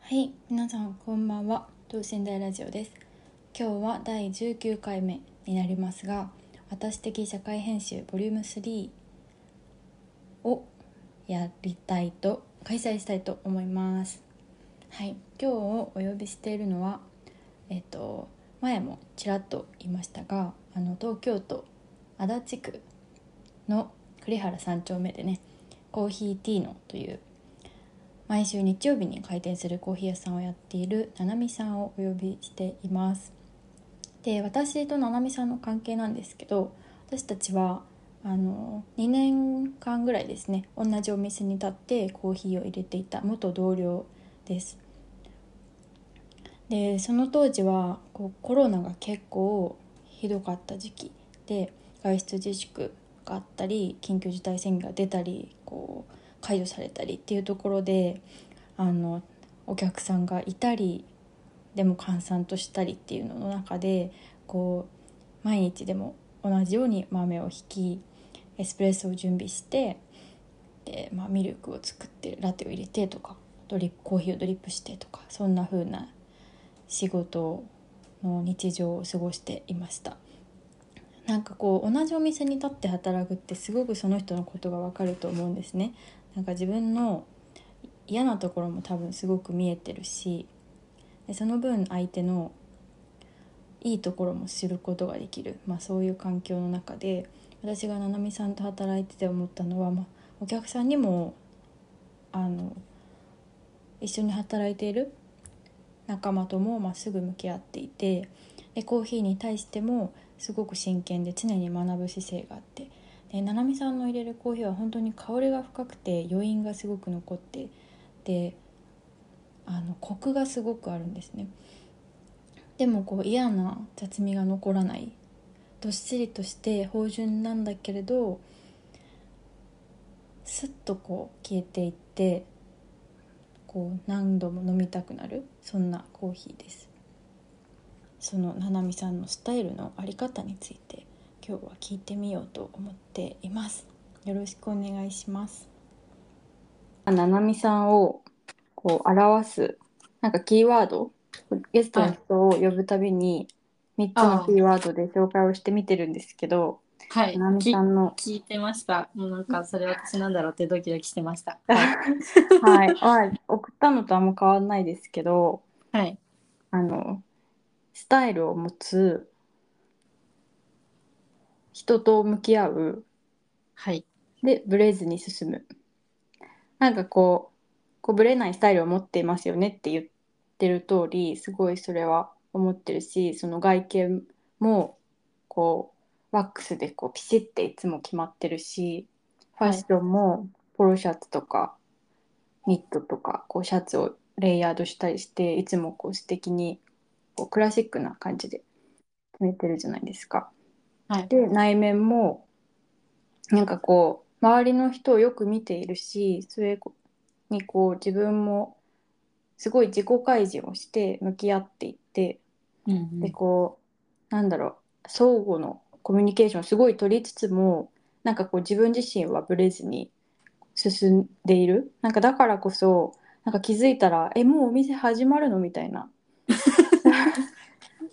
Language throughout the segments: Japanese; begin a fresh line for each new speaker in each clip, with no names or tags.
はい、皆さんこんばんは。等身大ラジオです。今日は第19回目になりますが、私的社会編集ボリューム3をやりたいと開催したいと思います。はい、今日お呼びしているのはえっと前もちらっと言いましたが、あの東京都足立区の栗原三丁目でね、コーヒーティーノという毎週日曜日に開店するコーヒー屋さんをやっているななみさんをお呼びしていますで私とななみさんの関係なんですけど私たちはあの2年間ぐらいですね同じお店に立ってコーヒーを入れていた元同僚ですでその当時はこうコロナが結構ひどかった時期で外出自粛があったり緊急事態宣言が出たりこう解除されたりっていうところであのお客さんがいたりでも閑散としたりっていうのの中でこう毎日でも同じように豆をひきエスプレッソを準備してで、まあ、ミルクを作ってラテを入れてとかドリップコーヒーをドリップしてとかそんな風な仕事の日常を過ごしていました。なんかこう同じお店に立って働くってすごくその人のことがわかると思うんですね。なんか自分の嫌なところも多分すごく見えてるしでその分相手のいいところも知ることができる、まあ、そういう環境の中で私がななみさんと働いてて思ったのは、まあ、お客さんにもあの一緒に働いている仲間ともまっすぐ向き合っていてでコーヒーに対してもすごく真剣で常に学ぶ姿勢があってでななみさんの入れるコーヒーは本当に香りが深くて余韻がすごく残ってであのコクがすごくあるんですねでもこう嫌な雑味が残らないどっしりとして芳醇なんだけれどスッとこう消えていってこう何度も飲みたくなるそんなコーヒーですそのななみさんのスタイルのあり方について今日は聞いてみようと思っていますよろしくお願いしますななみさんをこう表すなんかキーワードゲストの人を呼ぶたびに3つのキーワードで紹介をしてみてるんですけど
はい、
ななみ
き
さんの
聞いてました。もうなんかそれ私なんだろうってドキドキしてま した。
はい、まあ、送ったのとあんま変わんないですけど
はい、
あのスタイルを持つ人と向き合う
はい、
でブレずに進むなんかこうこうブレないスタイルを持っていますよねって言ってる通りすごいそれは思ってるしその外見もこうワックスでこうピシッていつも決まってるしファッションもポロシャツとかニットとかこうシャツをレイヤードしたりしていつもこう素敵にこうクラシックな感じで決めてるじゃないですか。
はい、
で内面もなんかこう周りの人をよく見ているしそれにこう自分もすごい自己開示をして向き合っていって
うんう
で
ん、
こうなんだろう相互のコミュニケーションをすごい取りつつもなんかこう自分自身はブレずに進んでいるなんかだからこそなんか気づいたら「えもうお店始まるの?」みたい な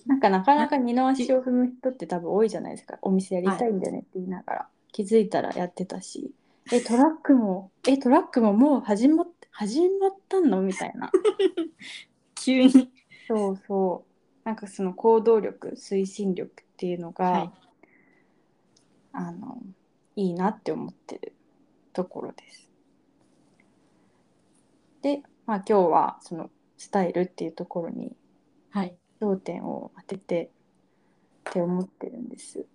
なんかなかなか二の足を踏む人って多分多いじゃないですか「お店やりたいんだよね」って言いながら気づいたらやってたし「えトラックもえトラックももう始まっ始まったの?」みたいな
急に、
そうそうなんかその行動力推進力っていうのが、
はい
あのいいなって思ってるところです。で、まあ、今日はそのスタイルっていうところに
はい、
焦点を当ててって思ってるん です。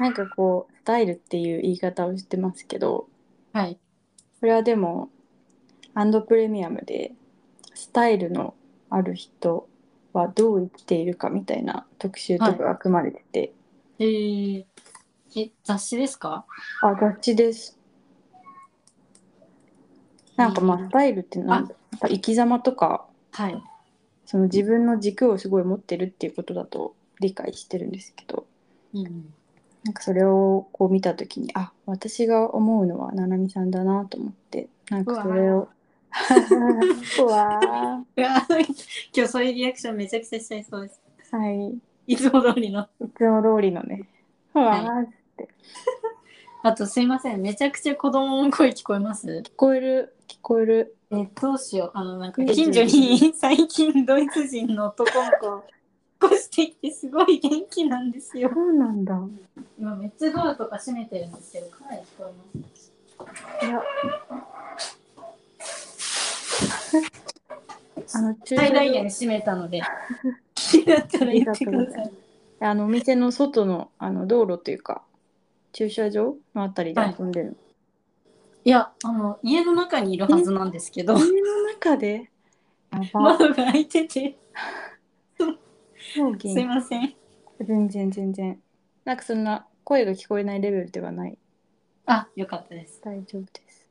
なんかこうスタイルっていう言い方をしてますけど、
はい、
これはでもアンドプレミアムでスタイルのある人はどう生きているかみたいな特集とかが組まれてて、
えー、え、雑誌ですか？
あガチですなんかまあスタイルってなんかやっぱ生き様とか
はい、
その自分の軸をすごい持ってるっていうことだと理解してるんですけど
うんうん、
なんかそれをこう見た時にあ私が思うのはななみさんだなと思ってなんかそれを うわー
うわ 今日そういうリアクションめちゃくちゃしちゃいそうです。
はいい
いつも通りの。
つも通りのねうわー、
あとすいません、めちゃくちゃ子供の声聞こえます
聞こえる聞こえる
え、どうしよう。あの、なんか近所に 最近ドイツ人の男の子を越してきてすごい元気なんですよ。
そうなんだ
今めっちゃドアとか閉めてるんですけど、かなり聞こえます。
いや あの駐
最大
車
限閉めたので、気になったら言ってください。
場あのお店の外のあの道路というか駐車場のあたりで遊んでる
いや、あの、家の中にいるはずなんですけど
の、、家の中でやば
窓が開いてて、
もう元
す
気
いません。
全然全然なんかそんな声が聞こえないレベルではない
あ、よかったです。
大丈夫です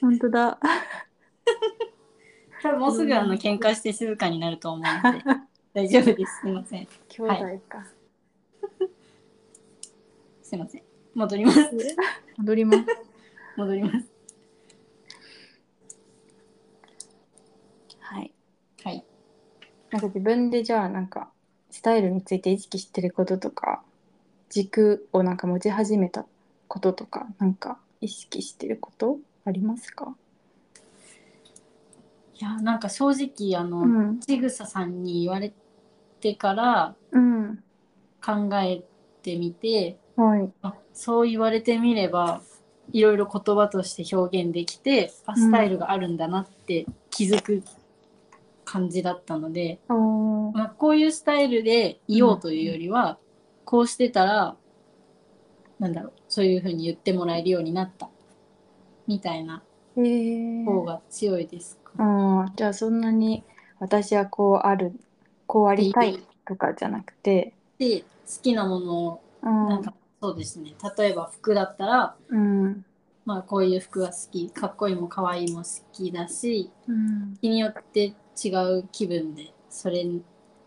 本当だ
多分もうすぐあの喧嘩して静かになると思う ので、大丈夫です。すいません。
兄弟か、
すいません。戻ります。
戻ります
戻ります。
はい
はい。
なんか自分でじゃあなんかスタイルについて意識してることとか軸をなんか持ち始めたこととかなんか意識してることありますか、
いや、なんか正直、あの、
ん、
ちぐささんに言われてから
うん
考えてみて、
はい
あそう言われてみれば、いろいろ言葉として表現できて、あスタイルがあるんだなって気づく感じだったので、
おー
まあ、こういうスタイルでいようというよりは、こうしてたらなんだろうそういうふうに言ってもらえるようになったみたいな
えー
方が強いですか、
うん、じゃあそんなに私はこうあるこうありたいとかじゃなくて、
で好きなものを
うん
なんかそうですね例えば服だったら、
うん
まあ、こういう服が好きかっこいいもかわいいも好きだし
うん
日によって違う気分でそれ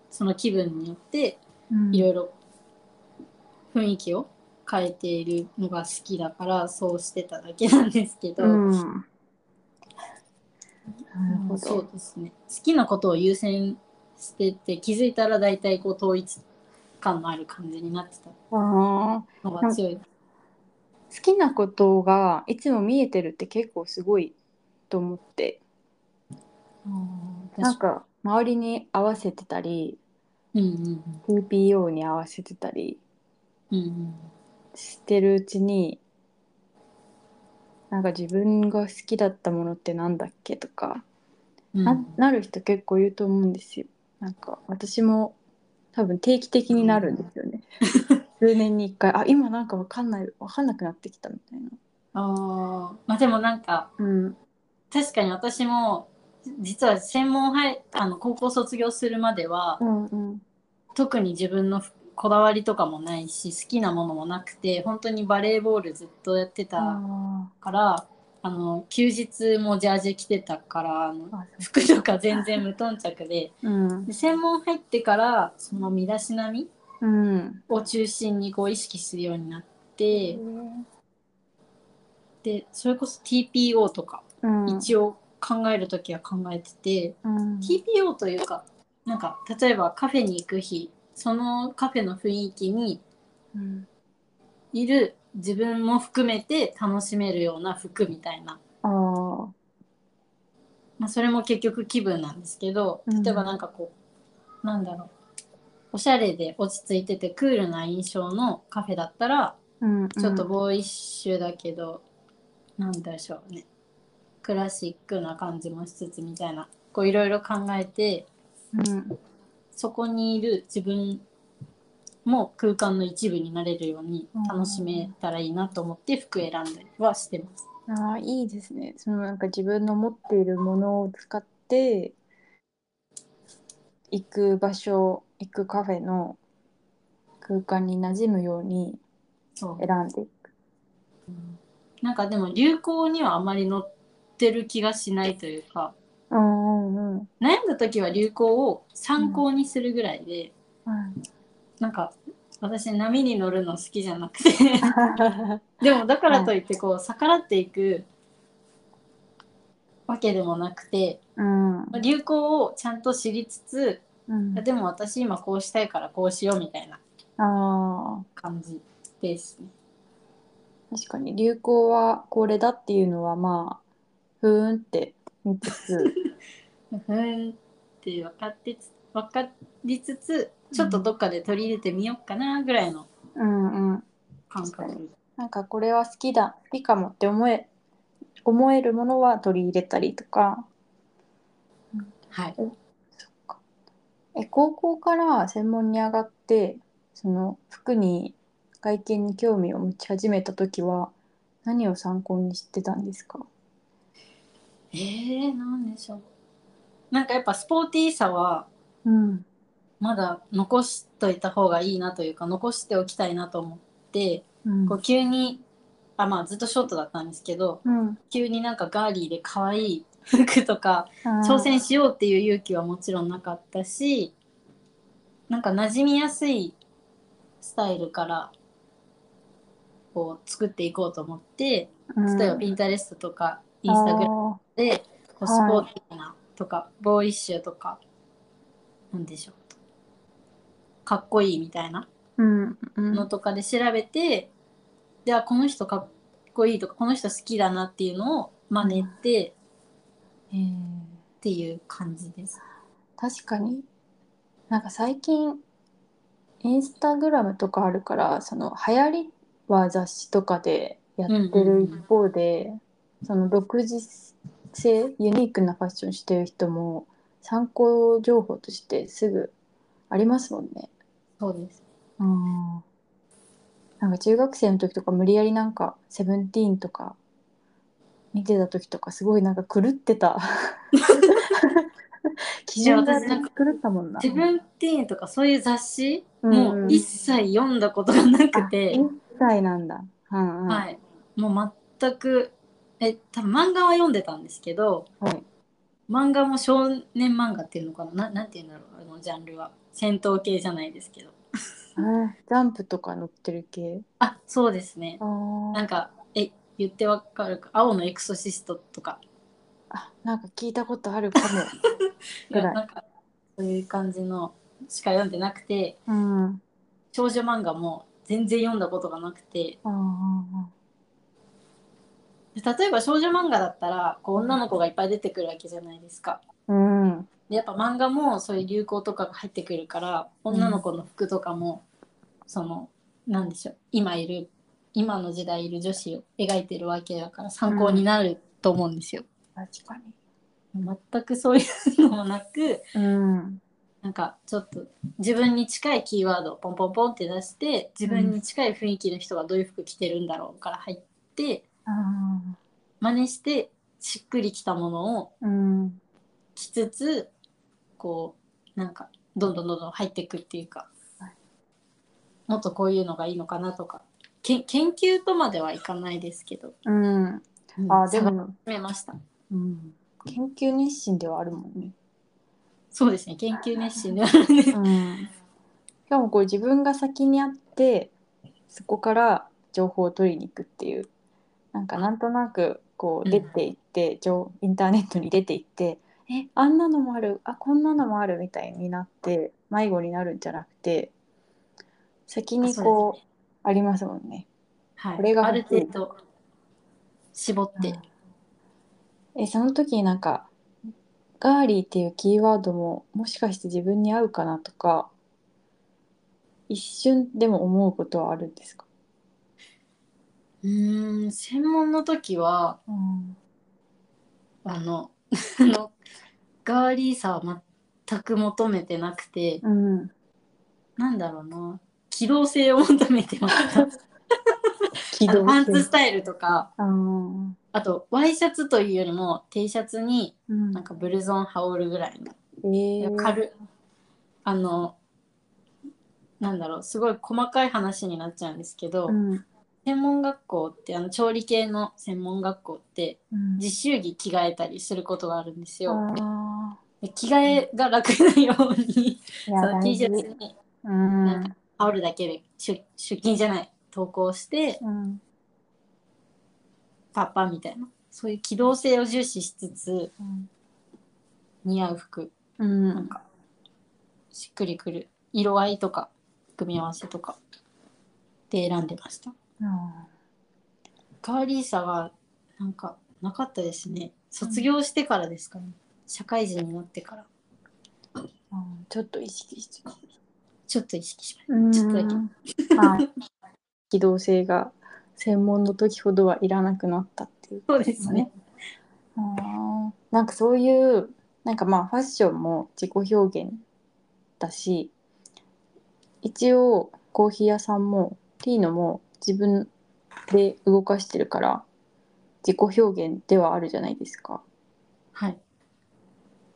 その気分によって
うん、
いろいろ雰囲気を変えているのが好きだからそうしてただけなんですけど、
うん、なる
う
ほ
んそ
ど
うですね好きなことを優先してて気づいたら大体こう統一感のある感じになってた
あー
のが強い、
好きなことがいつも見えてるって結構すごいと思って
うん、
なんか周りに合わせてたり
うんうん
TPO に合わせてたり
うんうん
してるうちになんか自分が好きだったものってなんだっけとか
うん
ななる人結構いると思うんですよ。なんか私も多分定期的になるんですよ ね。数年に一回あ今なんかわかんないわかんなくなってきたみたいな。
あーまあでもなんか
うん
確かに私も実は専門はいあの高校卒業するまでは、
うんうん
特に自分のこだわりとかもないし好きなものもなくて本当にバレーボールずっとやってた
あ
から、あの休日もジャージ着てたからあの
ーあそ
服とか全然無頓着で
ううん
で専門入ってからその身だしなみ
うん
を中心にこう意識するようになってでそれこそ TPO とか
うん
一応考える時は考えてて。
うん、
TPO というかなんか例えばカフェに行く日そのカフェの雰囲気に
うん
いる自分も含めて楽しめるような服みたいな、
あー
まあ、それも結局気分なんですけど
うん
例えばなんかこう、なんだろうおしゃれで落ち着いててクールな印象のカフェだったら
うんうん
ちょっとボーイッシュだけど、なんでしょうねクラシックな感じもしつつみたいなこういろいろ考えて
うん
そこにいる自分も空間の一部になれるように
うん
楽しめたらいいなと思って服選んだりはしてます。
あーいいですね。そのなんか自分の持っているものを使って行く場所、行くカフェの空間に馴染むように
そう
選んでいく。
なんかでも流行にはあまり乗ってる気がしないというか
うんうんうん。
悩んだ時は流行を参考にするぐらいで、
はい
なんか私波に乗るの好きじゃなくてでもだからといってこう逆らっていくわけでもなくて
うん
まあ流行をちゃんと知りつつ
うん
あでも私今こうしたいからこうしようみたいな
あ
感じですね。
ー確かに流行はこれだっていうのはまあふーんって見つつ
ふーんって分かってつ分かりつつちょっとどっかで取り入れてみようかなぐらいの
うんうん
感覚。
なんかこれは好きだ好きかもって思え思えるものは取り入れたりとか
はい、
そっかえ高校から専門に上がってその服に外見に興味を持ち始めた時は何を参考にしてたんですか
えー、なんでしょう。なんかやっぱスポーティーさは
うん
まだ残しといた方がいいなというか残しておきたいなと思って、
うん
こう急にあまあずっとショートだったんですけど
うん
急になんかガーリーで可愛い服とか挑戦しようっていう勇気はもちろんなかったしなんか馴染みやすいスタイルからこう作っていこうと思って例えばピンタレストとかインスタグラム
ム
でこうスポ
は
ーティーなとかボーイッシュとかなんでしょうかっこいいみたいな
うんうん
のとかで調べてであこの人かっこいいとかこの人好きだなっていうのを真似て
えー
っていう感じです。
確かになんか最近インスタグラムとかあるからその流行りは雑誌とかでやってる一方で、その独自性ユニークなファッションしてる人も参考情報としてすぐありますもんね。
そうです
うんなんか中学生の時とか無理やりなんか「セブンティーンとか見てた時とかすごいなんか狂って た基準が
いや私なんか
狂ったもんな。
セブンティーンとかそういう雑誌、もう
うん
一切読んだことがなくて、
一切なんだ。うんうん、。
はいい、もう全くえ多分漫画は読んでたんですけど
はい。
漫画も少年漫画っていうのかなななんていうんだろうあのジャンルは戦闘系じゃないですけど
えージャンプとか載ってる系。
あそうですね
あ
なんかえ言ってわかるか「青のエクソシスト」とか
あ。なんか聞いたことあるか
いや
ぐらい
なんかそういう感じのしか読んでなくて
も。うん。あ
少女漫画も全然読んだことがなくて
あ。
で例えば少女漫画だったらこう女の子がいっぱい出てくるわけじゃないですか。
うん。
でやっぱ漫画もそういう流行とかが入ってくるから女の子の服とかも、そのなんでしょう今いる今の時代いる女子を描いてるわけだから参考になると思うんですよ。
確かに。
全くそういうのもなく
うん。
なんかちょっと自分に近いキーワードをポンポンポンって出して自分に近い雰囲気の人がどういう服着てるんだろうから入って
あ
真似してしっくりきたものを
あ。うん。
きつつこうなんかどんどんどんどん入っていくっていうか、
はい
もっとこういうのがいいのかなとかけ研究とまではいかないですけど、
うん。ああ、で
探し
も。
めました
うん。研究日誌ではあるもんね。
そうですね研究熱心ではあるん です、
うん。しかもこう自分が先にあって、そこから情報を取りに行くっていう。なんかなんとなくこ
う
うん出て行って、情インターネットに出て行って、え、あんなのもある、あ、こんなのもあるみたいになって、迷子になるんじゃなくて、先に
そう
こ
で
う、ありますもんね。
はい、
これが
あ
欲
る
しい
程度絞って、
え、その時になんか、ガーリーっていうキーワードももしかして自分に合うかなとか、一瞬でも思うことはあるんですか
うーん専門の時は
うん
あの あのガーリーさは全く求めてなくて、
うん、
なんだろうな機動性を求めてました
軌
あのパンツスタイルとか
あー
あとワイシャツというよりも T シャツに
うん
なんかブルゾン羽織るぐらい
えー、
の軽いあのなんだろうすごい細かい話になっちゃうんですけど、
うん
専門学校ってあの調理系の専門学校って
うん
実習着着替えたりすることがあるんですよ。
あ
で着替えが楽なように
ーい
そ
や
の
大
T シ
事
ャツに
うん
なんか羽織るだけで出出勤じゃない投稿して
うん
パッパみたいなそういう機動性を重視しつつ似合う服
うん
なんかしっくりくる色合いとか組み合わせとかで選んでました
あ
ガーリーさがなんかなかったですね卒業してからですかね、社会人になってから
ーうんちょっと意識して
ちょっと意識しまし
うん
ちょっと だ
はい機動性が専門の時ほどはいらなくなったっていう
たそうですね
あーなんかそういうなんかまあファッションも自己表現だし一応コーヒー屋さんもティーノも自分で動かしてるから自己表現ではあるじゃないですか
はい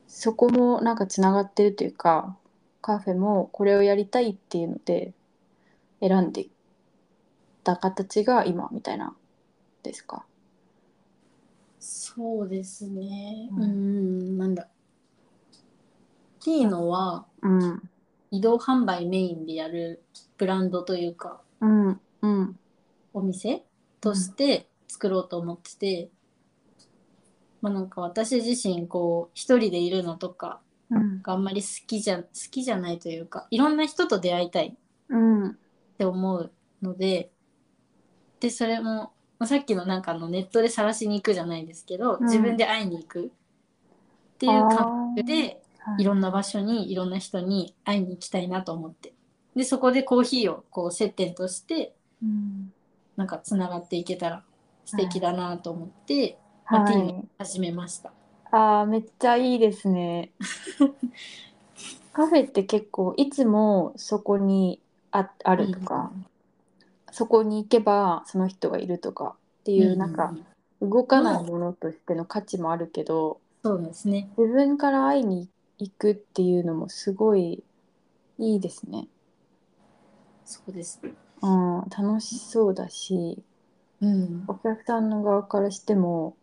そこもなんかつながってるというかカフェもこれをやりたいっていうので選んでた形が今みたいなですか
そうですね。
うん
うーん、なんだ。ティーノは
うん
移動販売メインでやるブランドというか、
うんうん
お店として作ろうと思ってて、まあなんか私自身、こう、一人でいるのとか
うん
があんまり好きじゃ、好きじゃないというか、いろんな人と出会いたい
うん
って思うので、で、それも、まあさっきのなんかあのネットで探しに行くじゃないですけど、
うん
自分で会いに行くっていう感覚で、いろんな場所にいろんな人に会いに行きたいなと思ってでそこでコーヒーをこう接点として
うん
なんかつながっていけたら素敵だなと思って
はい、
マティー始めました、
あーめっちゃいいです ねカフェって結構いつもそこにああるとか、そこに行けばその人がいるとかって
うん
いうなん
う
か
ん
動かないものとしての価値もあるけど
そうですね
自分から会いに行くっていうのもすごいいいですね、
そうです
うん、楽しそうだし
うん
お客さんの側からしても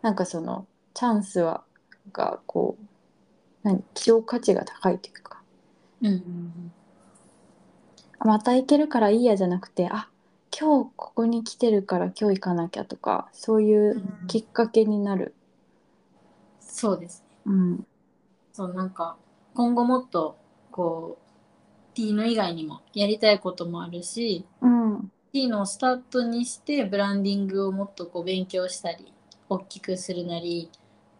なんかそのチャンスはがこう何希少価値が高いというか
うんうん
また行けるからいいやじゃなくてあ今日ここに来てるから今日行かなきゃとかそうい
うん
うきっかけになる。
そうですね
うん
そうなんか今後もっとこうティーノ以外にもやりたいこともあるし
うん
ティーノをスタートにしてブランディングをもっとこう勉強したり大きくするなり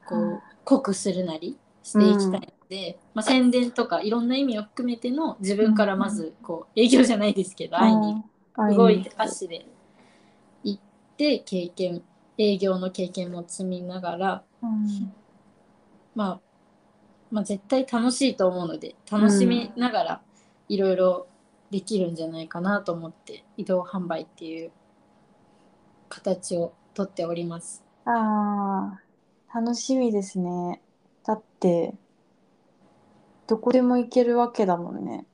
こ
うん
う濃くするなりしていきたいので、まあ、宣伝とかいろんな意味を含めての自分からまずこう営業じゃないですけど会いに
あ会
動いて
行く
足で行って経験営業の経験も積みながら、
うん
まあ、まあ絶対楽しいと思うので楽しみながらいろいろできるんじゃないかなと思って移動販売っていう形をとっております。
あー楽しみですねだってどこでも行けるわけだもんね。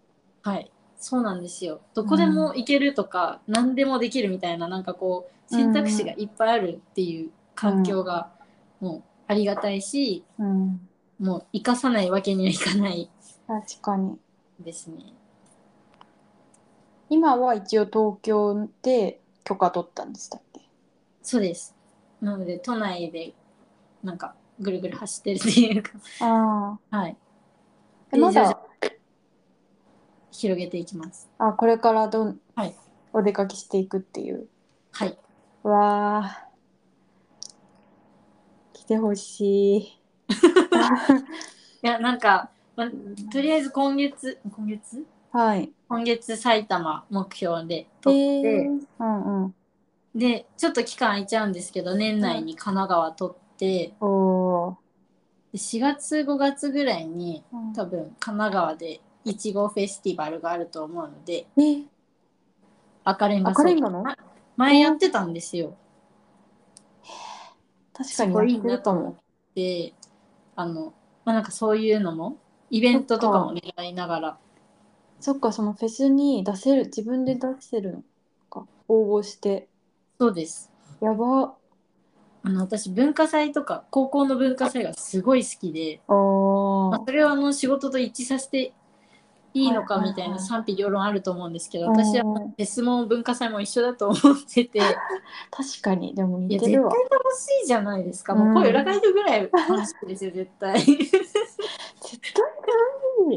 はい、そうなんですよ。どこでも行けるとか、何でもできるみたいな、なんかこう、選択肢がいっぱいあるっていう環境が、もうありがたいし、
うん、
もう生かさないわけにはいかない
確かに
ですね。
今は一応東京で許可取ったんでしたっけ
そうです。なので、都内で、なんか、ぐるぐる走ってるっていうか、
あ
はい、
あ
で
ま
徐
だ
々広げていきます。
あこれからどん、
はい
お出かけしていくっていう
はい、
わあ来てほしい
いや、なんか、まあとりあえず今月、今月
はい
今月埼玉目標で
え
取って、
ーうんうん
でちょっと期間空いちゃうんですけど年内に神奈川取って
おお
で4月5月ぐらいに多分神奈川でいちごフェスティバルがあると思うので
え
赤レンガ
赤レン
倉庫
ガの
前やってたんですよ。
確か
すごい
に
い
やって
な
る
と
か
思っ
も
てあの、まあ、なんかそういうのもイベントとかも狙いながら
そっかそのフェスに出せる自分で出してるのか応募して
そうです
やば
あの私文化祭とか高校の文化祭がすごい好きで、
あ
まあ、それをあの仕事と一致させていいのかみ
はい
たい
はいは
ない賛否両論あると思うんですけど、私は
うん
フェスも文化祭も一緒だと思ってて、いや、
確かにでも似
絶
て
対
るわ
楽しいじゃないですか。もう声裏返るぐらい楽しいですよ、絶対。
絶対楽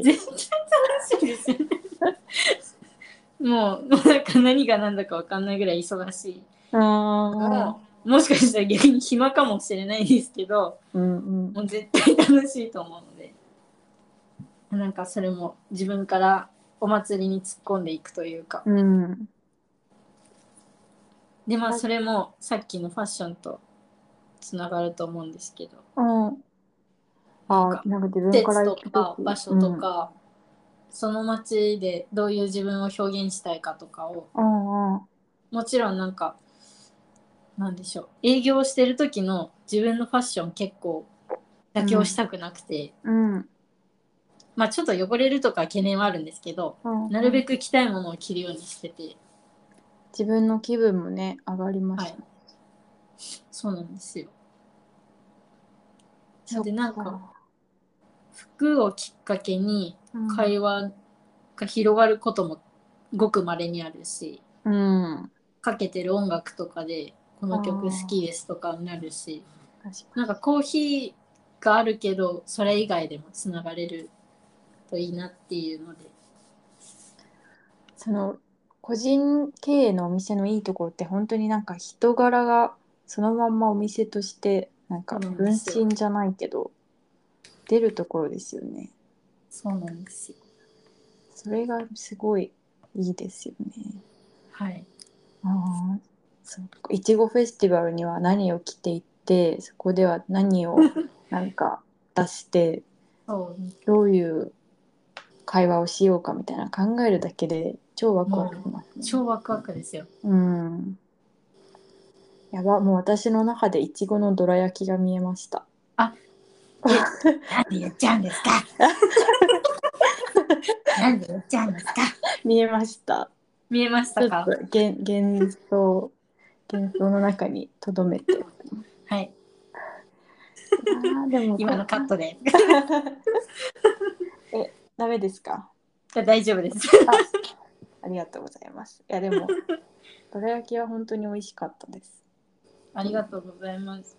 しい
絶対楽しいですよね。もう、もうなんか何が何だか分かんないぐらい忙しい。
あ
もうもしかしたら逆に暇かもしれないですけど、
ーうんうん
もう絶対楽しいと思うので、なんかそれも自分からお祭りに突っ込んでいくというか、
うん
で、まあそれもさっきのファッションとつながると思うんですけど、
うんあーなんか自分
季
から
節
行
と
く
か
時
場所とか、その街でどういう自分を表現したいかとかを
うんうん
もちろんなんかなんでしょう営業してる時の自分のファッション結構妥協したくなくて、
うん
まあちょっと汚れるとか懸念はあるんですけど
うん
なるべく着たいものを着るようにしてて
自分の気分もね上がりま
は
し
い
た、
そうなんですよ
そっ
でなんか服をきっかけに会話が広がることもごくまれにあるし
うん
かけてる音楽とかでこの曲好きですとかになるし
確か
なんかコーヒーがあるけどそれ以外でもつながれるといいなっていうので
その個人経営のお店のいいところって本当になんか人柄がそのまんまお店としてなんか
そうなん
分
ですよ
身じゃないけど出るところですよね
そうなんですよ
それがすごいいいですよね
はい
ああそうかいちごフェスティバルには何を着ていってそこでは何 をなんか出して
そう
どういう会話をしようかみたいな考えるだけで超ワクワクしますね。
超ワクワクですよ
うん。やば、もう私の中でイチゴのどら焼きが見えました。
何言っちゃうんです か何言っちゃうんですか
見えました。
見えまし
ちょ
た
っと
か
幻幻想、幻想の中にとどめて。
はい
あーでも
今のカットで
ダメです か。
大丈夫です
ありがとうございます。いやで もどら焼きは本当に美味しかったです。
ありがとうございます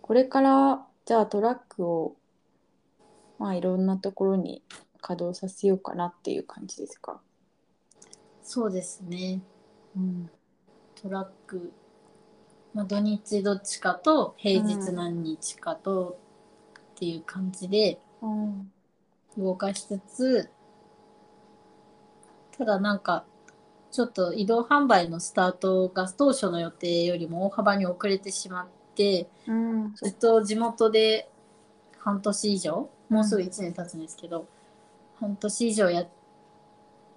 これからじゃあトラックをまあいろんなところに稼働させようかなっていう感じですか。
そうですね
うん。
トラック、まあ、土日どっちかと平日何日かとっていう感じで
うん。
動かしつつただなんかちょっと移動販売のスタートが当初の予定よりも大幅に遅れてしまって
うん。
ずっと地元で半年以上もうすぐ1年経つんですけど、半年以上やっ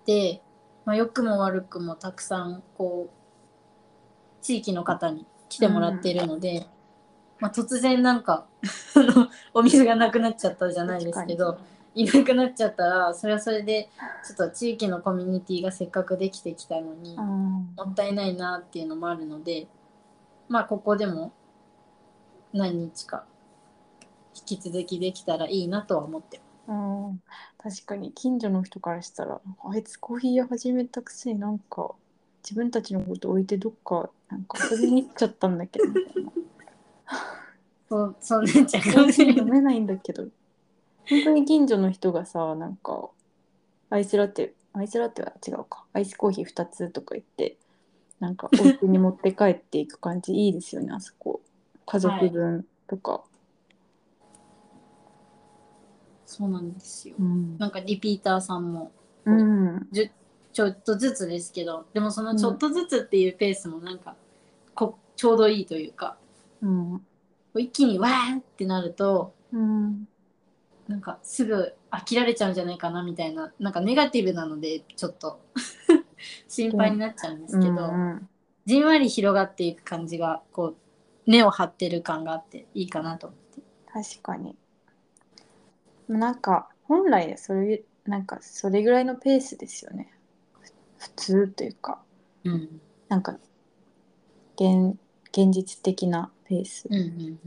て、まあ、良くも悪くもたくさんこう地域の方に来てもらっているので、まあ、突然なんか あのお水がなくなっちゃったじゃないですけど
確か
いなくなっちゃったらそれはそれでちょっと地域のコミュニティがせっかくできてきたのに。
に。うん。
もったいないなっていうのもあるのでまあここでも何日か引き続きできたらいいなとは思ってま
うん、確かに近所の人からしたらあいつコーヒー屋始めたくせになんか自分たちのこと置いてどっかなんか遊びに行っちゃったんだけどみたいな
すそうそうなっちゃう
コ
か
ー
も
ヒ
しれ
ー
な
飲
い
めないんだけど本当に近所の人がさなんかアイスラテアイスラテは違うかアイスコーヒー2つとか言ってなん かお家に持って帰っていく感じいいですよねあそこ家族分とか、
そうなんですよ
うん、
なんかリピーターさんも
うん、
じゅちょっとずつですけどでもそのちょっとずつっていうペースもなんかこちょうどいいというか
うん、
こう一気にわーんってなると
うん、
なんかすぐ飽きられちゃうんじゃないかなみたいななんかネガティブなのでちょっと 心配になっちゃうんですけど、
うん、
じんわり広がっていく感じがこう根を張ってる感があっていいかなと思って
確かになんか本来それなんかそれぐらいのペースですよねふ普通というか
うん
なんか現現実的なペース
うんうん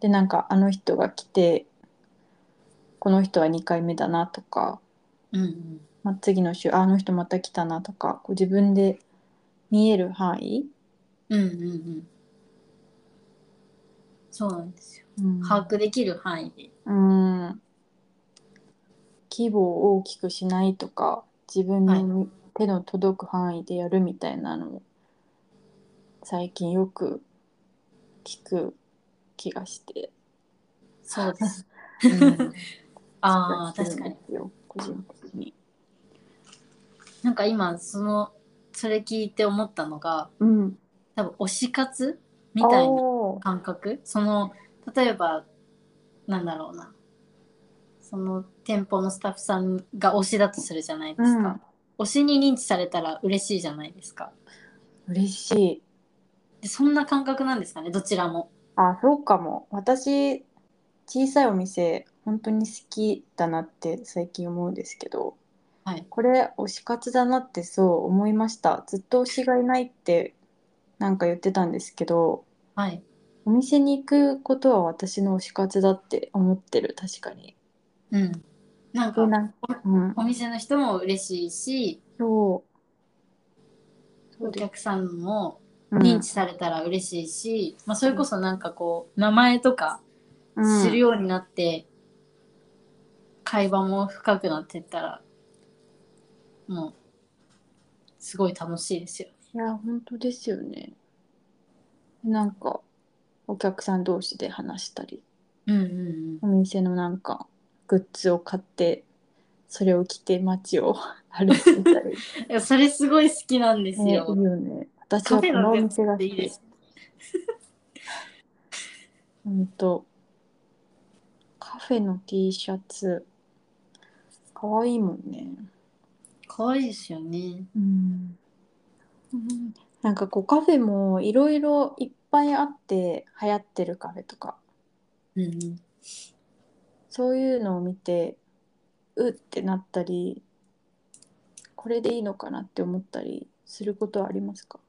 でなんかあの人が来てこの人は2回目だなとか、
うんうん
まあ、次の週ああの人また来たなとかこう自分で見える範囲、
うんうんうんそうなんですよ
うん
把握できる範囲で
うん、規模を大きくしないとか自分の手の届く範囲でやるみたいなのを最近よく聞く気がして、
そうです
うん、
ああ
気がす
確
る
か
ん
に
ですよ個人的に。
なんか今そのそれ聞いて思ったのが
うん、
多分推し活みたいな
おー
感覚その例えばなんだろうなその店舗のスタッフさんが推しだとするじゃないですか、推しに認知されたら嬉しいじゃないですか
嬉しい。
でそんな感覚なんですかねどちらも
あ、そうかも。私、小さいお店、本当に好きだなって最近思うんですけど、
はい
これ、推し活だなってそう思いました。ずっと推しがいないってなんか言ってたんですけど、
はい
お店に行くことは私の推し活だって思ってる、確かに。
うんなん
で
か
なんうん、
お店の人も嬉しいし
そ
お客さんも
う。うん
認知されたら嬉しいし、まあ、それこそなんかこう名前とか
うん
するようになって、会話も深くなってったらもうすごい楽しいですよ。
いや、本当ですよね。なんか、お客さん同士で話したり。
うんうん
お店のなんかグッズを買ってそれを着て街を 歩いてみたり、ね、
うん、いやそれすごい好きなんです
いい
よ。
よね私
カ
は
フ
こ
ェ
の
の
お
グッズ
店が
っ
好
ていいで
き
す。
本当カフェの T シャツかわいいもんね
可愛いですよね。
うん、なんかこうカフェもいろいろいっぱいあって流行ってるカフェとか
うんうん、
そういうのを見てうってなったりこれでいいのかなって思ったりすることはありますか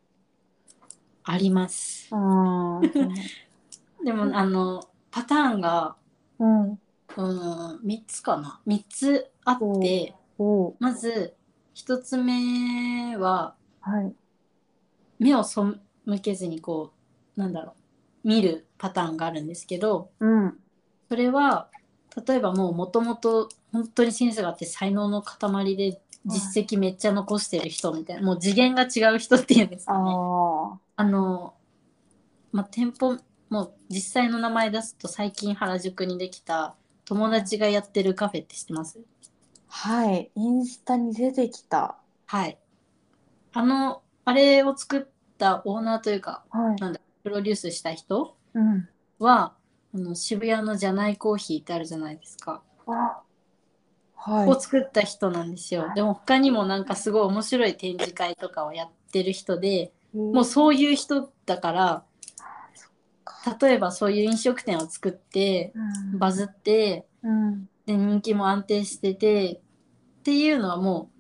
あります。
ああ、
でもあのパターンが、
うん。
うん、3つかな3つあって
おう
まず1つ目は
はい。
目を背けずにこうなんだろう見るパターンがあるんですけど、
うん。
それは例えばもうもともと本当にセンスがあって才能の塊で実績めっちゃ残してる人みたいな、もう次元が違う人っていうんですかね。あ
あ
の、まあ、店舗もう実際の名前出すと最近原宿にできた友達がやってるカフェって知ってます
あ。はい。インスタに出てきた。
はい。あの、あれを作ったオーナーというか
はい。
プロデュースした人
うん。
はあの渋谷のじゃないコーヒーってあるじゃないですか。
あはい。
を作った人なんですよ。でも他にもなんかすごい面白い展示会とかをやってる人でもうそういう人だから例えばそういう飲食店を作って
うん。
バズって
うん。
で人気も安定しててっていうのはもう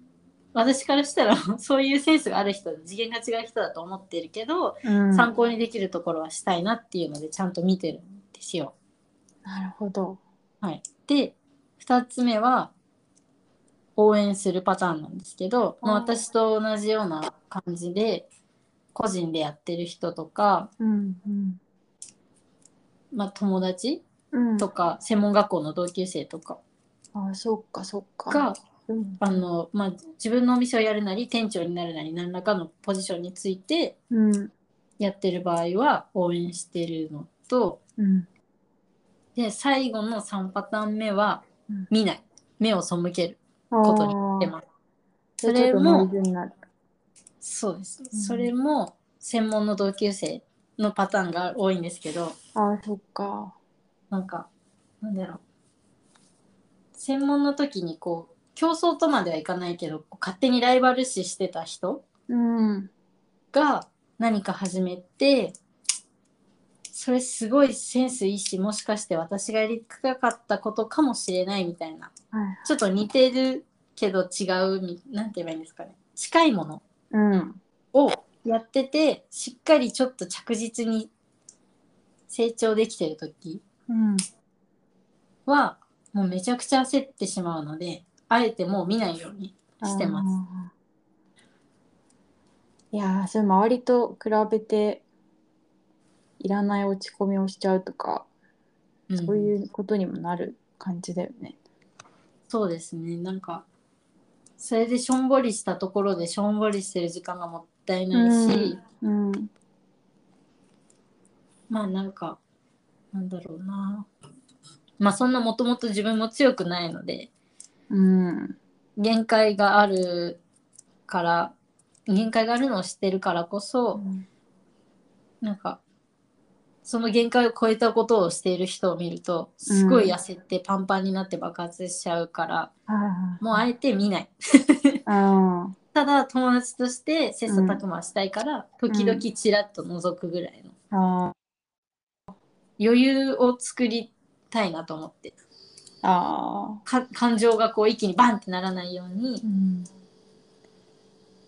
私からしたら そういうセンスがある人次元が違う人だと思ってるけど、
うん。な
参考にできるところはしたいなっていうのでちゃんと見てるんですよ。
るほど。
はい、で2つ目は応援するパターンなんですけど、まあ、
うん
私と同じような感じで個人でやってる人とか、
うん。うん。
まあ、友達
うん。
とか専門学校の同級生とか
ああ、そっか、そっか。
が
うん。
あの、まあ、自分のお店をやるなり店長になるなり何らかのポジションについて
うん。
やってる場合は応援してるのと
うん。
で最後の3パターン目は
うん
見ない目を背ける
あ
ことにしてます。
ー
それ
ちょっと
も
矛盾になる
そうです、
うん
それも専門の同級生のパターンが多いんですけど
ああ、そっか。
なんかなんだろう専門の時にこう競争とまではいかないけどこう勝手にライバル視してた人
うん。
が何か始めてそれすごいセンスいいしもしかして私がやりたかったことかもしれないみたいな
はい。
ちょっと似てるけど違うみなんて言えばいいんですかね近いもの
うん。
をやっててしっかりちょっと着実に成長できてる時
うん。
はもうめちゃくちゃ焦ってしまうのであえてもう見ないようにしてます。
あーいやーそれ周りと比べていらない落ち込みをしちゃうとか、
うん
そういうことにもなる感じだよね。
そうですねなんかそれでしょんぼりしたところでしょんぼりしてる時間がもったいないし、
うん、
まあなんかなんだろうなまあそんなもともと自分も強くないので
うん、
限界があるから限界があるのを知ってるからこそなんかその限界を超えたことをしている人を見るとすごい焦ってパンパンになって爆発しちゃうから、
あ
もうあえて見ない
あー、
ただ友達として切磋琢磨したいから、
ん
時々ちらっと覗くぐらいの
あ
余裕を作りたいなと思って
あ、あ
か感情がこう一気にバンってならないように
ーうん、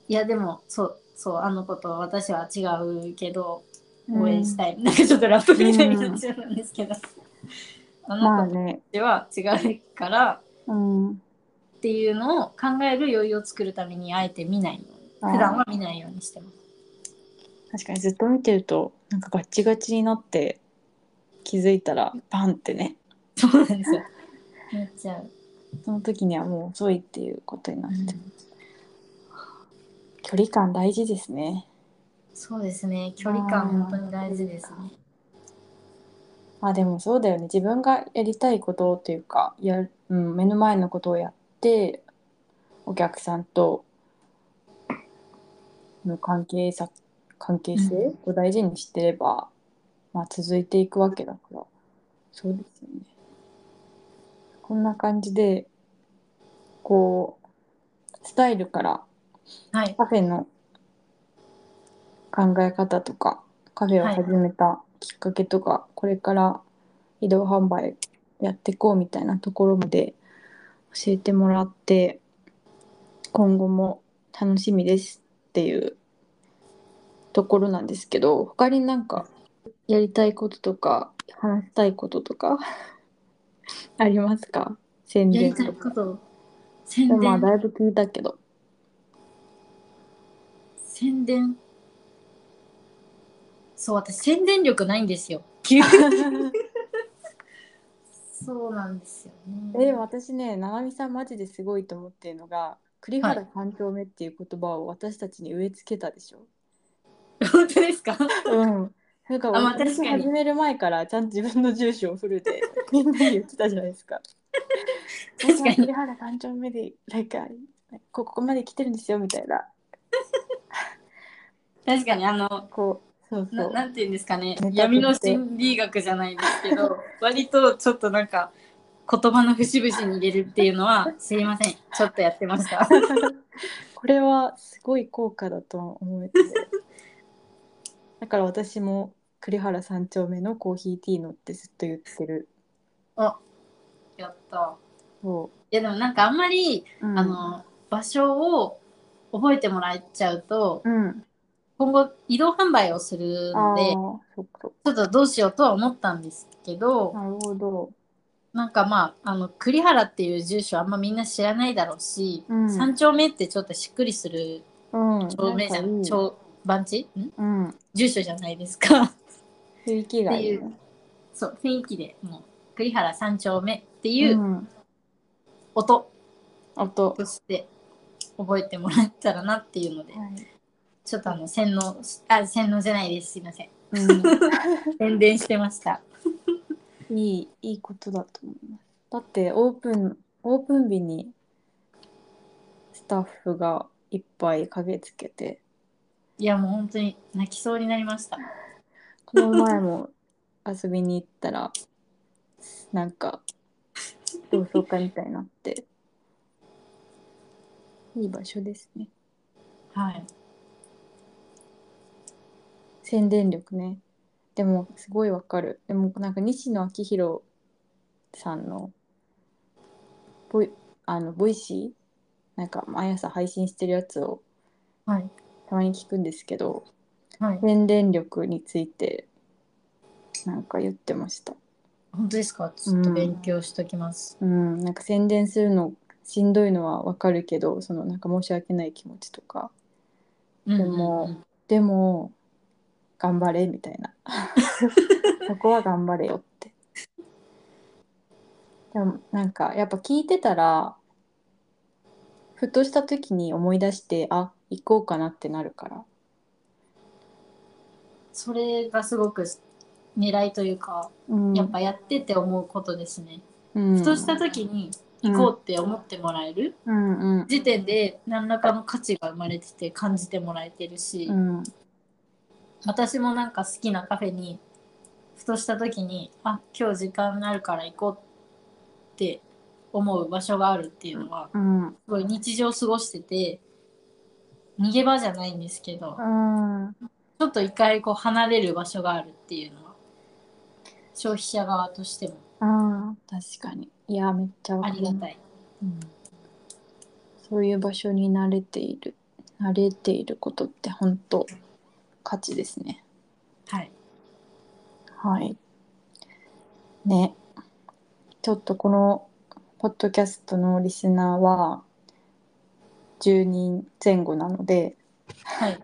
いやでもそうそうあの子と私は違うけど応援したい、なんかちょっとラップみたいになっちゃうんですけど、あ
ま
の
あ
子
ね、
たちは違うから
うん、
っていうのを考える余裕を作るためにあえて見ないよう
あー
に普段は見ないようにしてます
確かにずっと見てるとなんかガッチガチになって気づいたらバンってね
そうなんですよなっちゃう、
その時にはもう遅いっていうことになって、
うん
距離感大事ですね
そうですね距離感本当に大事ですね
あでもそうだよね自分がやりたいことというかやる、うん、目の前のことをやってお客さんとの関係さ関係
う
性を大事にしてれば、まあ、続いていくわけだからそうですよねこんな感じでこうスタイルから
はい
カフェの考え方とかカフェを始めたきっかけとか、これから移動販売やっていこうみたいなところまで教えてもらって今後も楽しみですっていうところなんですけど他になんかやりたいこととか話したいこととか ありますか宣
やり
伝と
たい
か。
こと宣
でも
伝、
まあだいぶ聞いたけど。
宣伝そう私宣伝力ないんですよ そうなんですよ
え
ね
でも私ね、ななみさんマジですごいと思ってるのが、栗原三丁目っていう言葉を私たちに植え付けたでしょ。
本当ですか
うん。なんか
あまあ
私
確かに
始める前からちゃんと自分の住所をフルでみんなに言ってたじゃないですか。
確か
僕は
に
栗原三丁目で、なんか、ここまで来てるんですよみたいな。
確かにあの
こう、そうそ
な
う。
なんていうんですか
ネ
ね
タとして
闇の心理学じゃないです けど割とちょっとなんか言葉の節々に入れるっていうのはすいませんちょっとやってまし た
これはすごい効果だと思えて。だから私も栗原三丁目のコーヒーティーのってずっと言ってる。
やった
そ
いやでもなんかあんまり、
う。うん
あ、の場所を覚えてもらっちゃうと
うん。
今後移動販売をするので
ああ、そっか。
ちょっとどうしようとは思ったんですけど、
なるほど。
なんかまああの栗原っていう住所あんまみんな知らないだろうし、
うん
三丁目ってちょっとしっくりする
うん。
丁目じゃ
なん
ん
かいい
丁番地ん
うん。
住所じゃないですか
雰囲気がいいね。
そう雰囲気でもう栗原三丁目って
う。
いうん音
あと、
として覚えてもらえたらなっていうので、
はい
ちょっとあの洗脳あ洗脳じゃないですすいません
う
宣伝してました
ん、いい、いいことだと思います。だって、オープン、オープン日にスタッフがいっぱい駆けつけて、
いやもう本当に泣きそうになりました
この前も遊びに行ったら、なんか、同窓会みたいになって、いい場所ですね。
はい
宣伝力ねでもすごいわかるでもなんか西野昭弘さんのボイあのボイシーなんか毎朝配信してるやつを
はい
たまに聞くんですけど
はい
宣伝力についてなんか言ってました
本当ですかちょっと勉強しときます。
うん、なんか宣伝するのしんどいのはわかるけどそのなんか申し訳ない気持ちとか
うん
でもでも頑張れみたい なそこは頑張れよってでもなんかやっぱ聞いてたらふとした時に思い出してあ行こうかなってなるから
それがすごく狙いというか、
うん
やっぱやってて思うことですね。
うん
ふとした時に行こうって思ってもらえる
うんうん
時点で何らかの価値が生まれてて感じてもらえてるし、
うん
私もなんか好きなカフェにふとした時にあ今日時間になるから行こうって思う場所があるっていうのは
うん
すごい日常過ごしてて逃げ場じゃないんですけど
うん
ちょっと一回こう離れる場所があるっていうのは消費者側としても
うん確かにいやめっちゃわ
あ
か
り
る
がたい。うん
そういう場所に慣れている慣れていることって本当価値ですね
はい、
はいねちょっとこのポッドキャストのリスナーは10人前後なので
はい、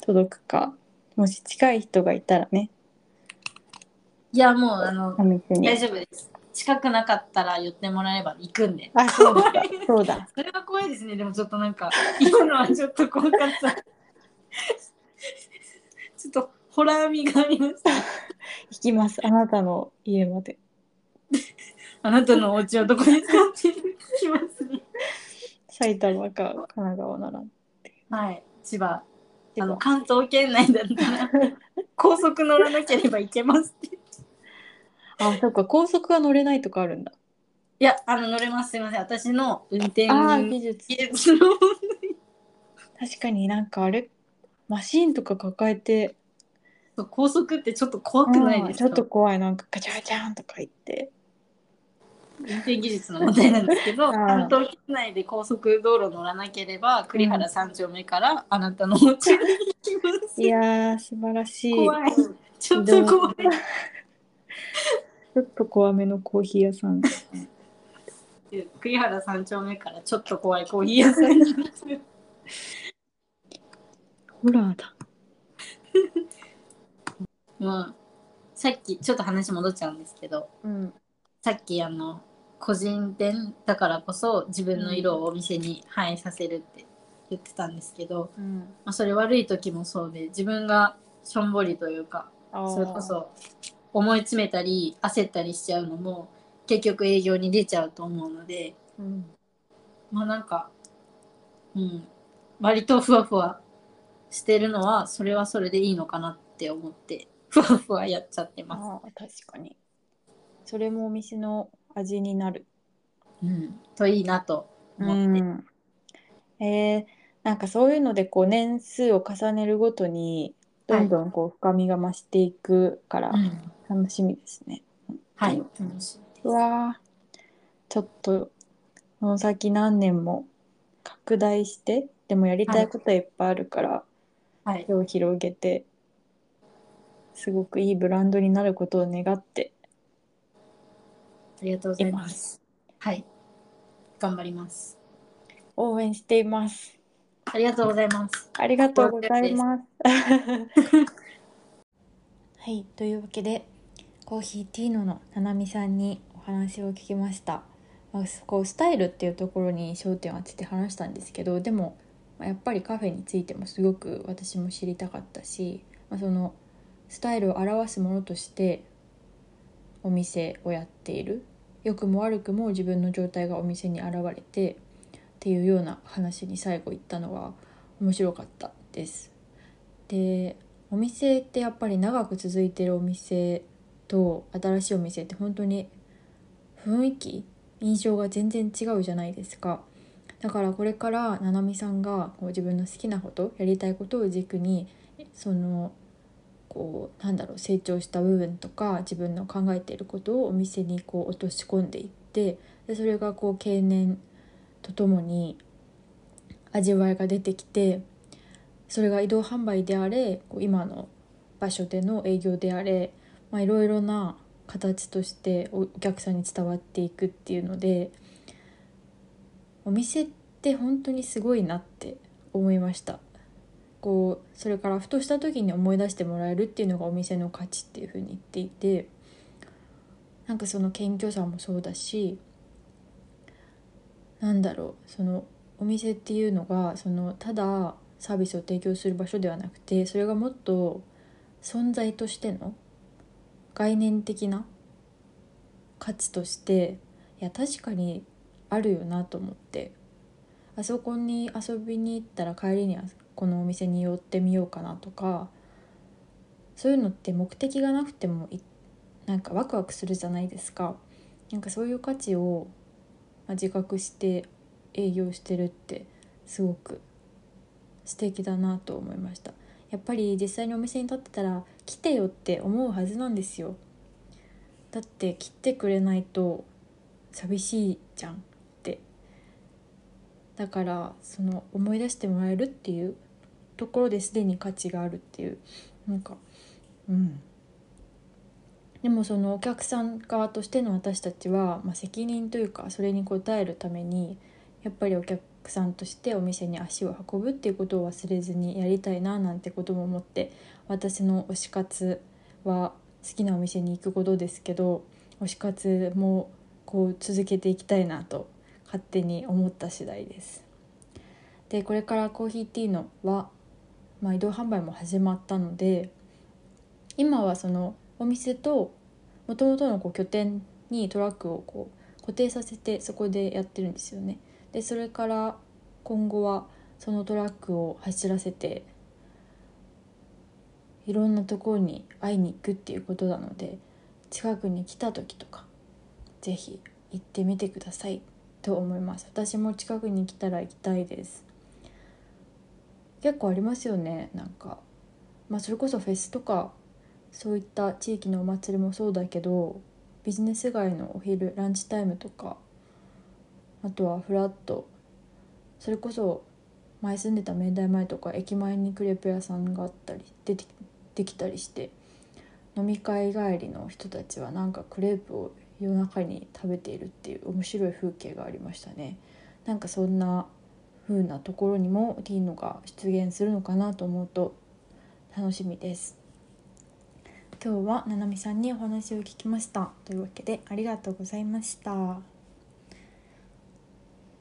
届くかもし近い人がいたらね
いやもうあの
お店
大
に
丈夫です。近くなかったら言ってもらえば行くんで。
あそうだ そうだ
それは怖いですね。でもちょっとなんか、 今のはちょっと怖かった。 ちょっとホラー味があります。
行きますあなたの家まで
あなたのお家はどこですかってきますね。
埼玉か神奈川なら
はい、千葉。あの関東圏内だった ら高速乗らなければ行けますって。
あそっか高速は乗れないとかあるんだ
いや、あの乗れます。すいません。私の運転
あー
技
技術
術の。
確かになんかあれマシーンとか抱えて
そう高速ってちょっと怖くないです
うんち
か
ょっと怖いなんかガチャガチャンとか言って
運転技術の問題なんですけど、
あー
関東圏内で高速道路乗らなければ、栗原三丁目からあなたのお家に行きます。
いやー素晴らしい
怖い。ちょっと怖い。
ちょっと怖めのコーヒー屋さん
栗原三丁目からちょっと怖いコーヒー屋さんに。
ホラーだ
まあ、さっきちょっと話戻っちゃうんですけど、
うん
さっきあの、個人店だからこそ自分の色をお店に反映させるって言ってたんですけど、
うん
まあ、それ悪い時もそうで、自分がしょんぼりというか、それこそ思い詰めたり焦ったりしちゃうのも結局営業に出ちゃうと思うので
うん
まあなんかうん割とふわふわしてるのはそれはそれでいいのかなって思ってふわふわやっちゃってま
あー確かにそれもお店の味になる
す。うん、といいなと思って。
うん、えーなんかそういうのでこう年数を重ねるごとにどんどんこう深みが増していくから
うん
楽しみですね、
はい、楽し
うわーちょっとこの先何年も拡大してでもやりたいことはいっぱいあるから、
はい、
手を広げてすごくいいブランドになることを願って
ありがとうございます。はい、頑張ります。
応援しています
ありがとうございます。
ありがとうござ います
はい、というわけでコーヒーティーノのななみさんにお話を聞きました、まあ、こうスタイルっていうところに焦点を当てて話したんですけどでもまあやっぱりカフェについてもすごく私も知りたかったし、まあ、そのスタイルを表すものとしてお店をやっている良くも悪くも自分の状態がお店に現れてっていうような話に最後行ったのが面白かったです。でお店ってやっぱり長く続いてるお店と新しいお店って本当に雰囲気印象が全然違うじゃないですかだからこれからななみさんがこう自分の好きなことやりたいことを軸にそのこうなんだろう成長した部分とか自分の考えていることをお店にこう落とし込んでいってでそれがこう経年とともに味わいが出てきてそれが移動販売であれこう今の場所での営業であれまあいろいろな
形としておお客さんに伝わっていくっていうのでお店って本当にすごいなって思いましたこうそれからふとした時に思い出してもらえるっていうのがお店の価値っていうふうに言っていてなんかその謙虚さもそうだしなんだろうそのお店っていうのがそのただサービスを提供する場所ではなくてそれがもっと存在としての概念的な価値としていや確かにあるよなと思ってあそこに遊びに行ったら帰りにはこのお店に寄ってみようかなとかそういうのって目的がなくてもいなんかワクワクするじゃないですかなんかそういう価値をまあ自覚して営業してるってすごく素敵だなと思いましたやっぱり実際にお店に立ってたら来てよって思うはずなんですよだって来てくれないと寂しいじゃんってだからその思い出してもらえるっていうところですでに価値があるっていうなんかうんでもそのお客さん側としての私たちは、まあ、責任というかそれに応えるためにやっぱりお客さんとしてお店に足を運ぶっていうことを忘れずにやりたいななんてことも思って私の推し活は好きなお店に行くことですけど推し活もこう続けていきたいなと勝手に思った次第です。でこれからコーヒーティーのは、まあ、移動販売も始まったので今はそのお店ともともとのこう拠点にトラックをこう固定させてそこでやってるんですよね。でそれから今後はそのトラックを走らせていろんなところに会いに行くっていうことなので近くに来た時とかぜひ行ってみてくださいと思います私も近くに来たら行きたいです結構ありますよねなんかまあそれこそフェスとかそういった地域のお祭りもそうだけどビジネス街のお昼ランチタイムとかあとはフラットそれこそ前住んでた明大前とか駅前にクレープ屋さんがあったり出てきできたりして飲み会帰りの人たちはなんかクレープを夜中に食べているっていう面白い風景がありましたねなんかそんな風なところにもディーノが出現するのかなと思うと楽しみです今日はななみさんにお話を聞きましたというわけでありがとうございました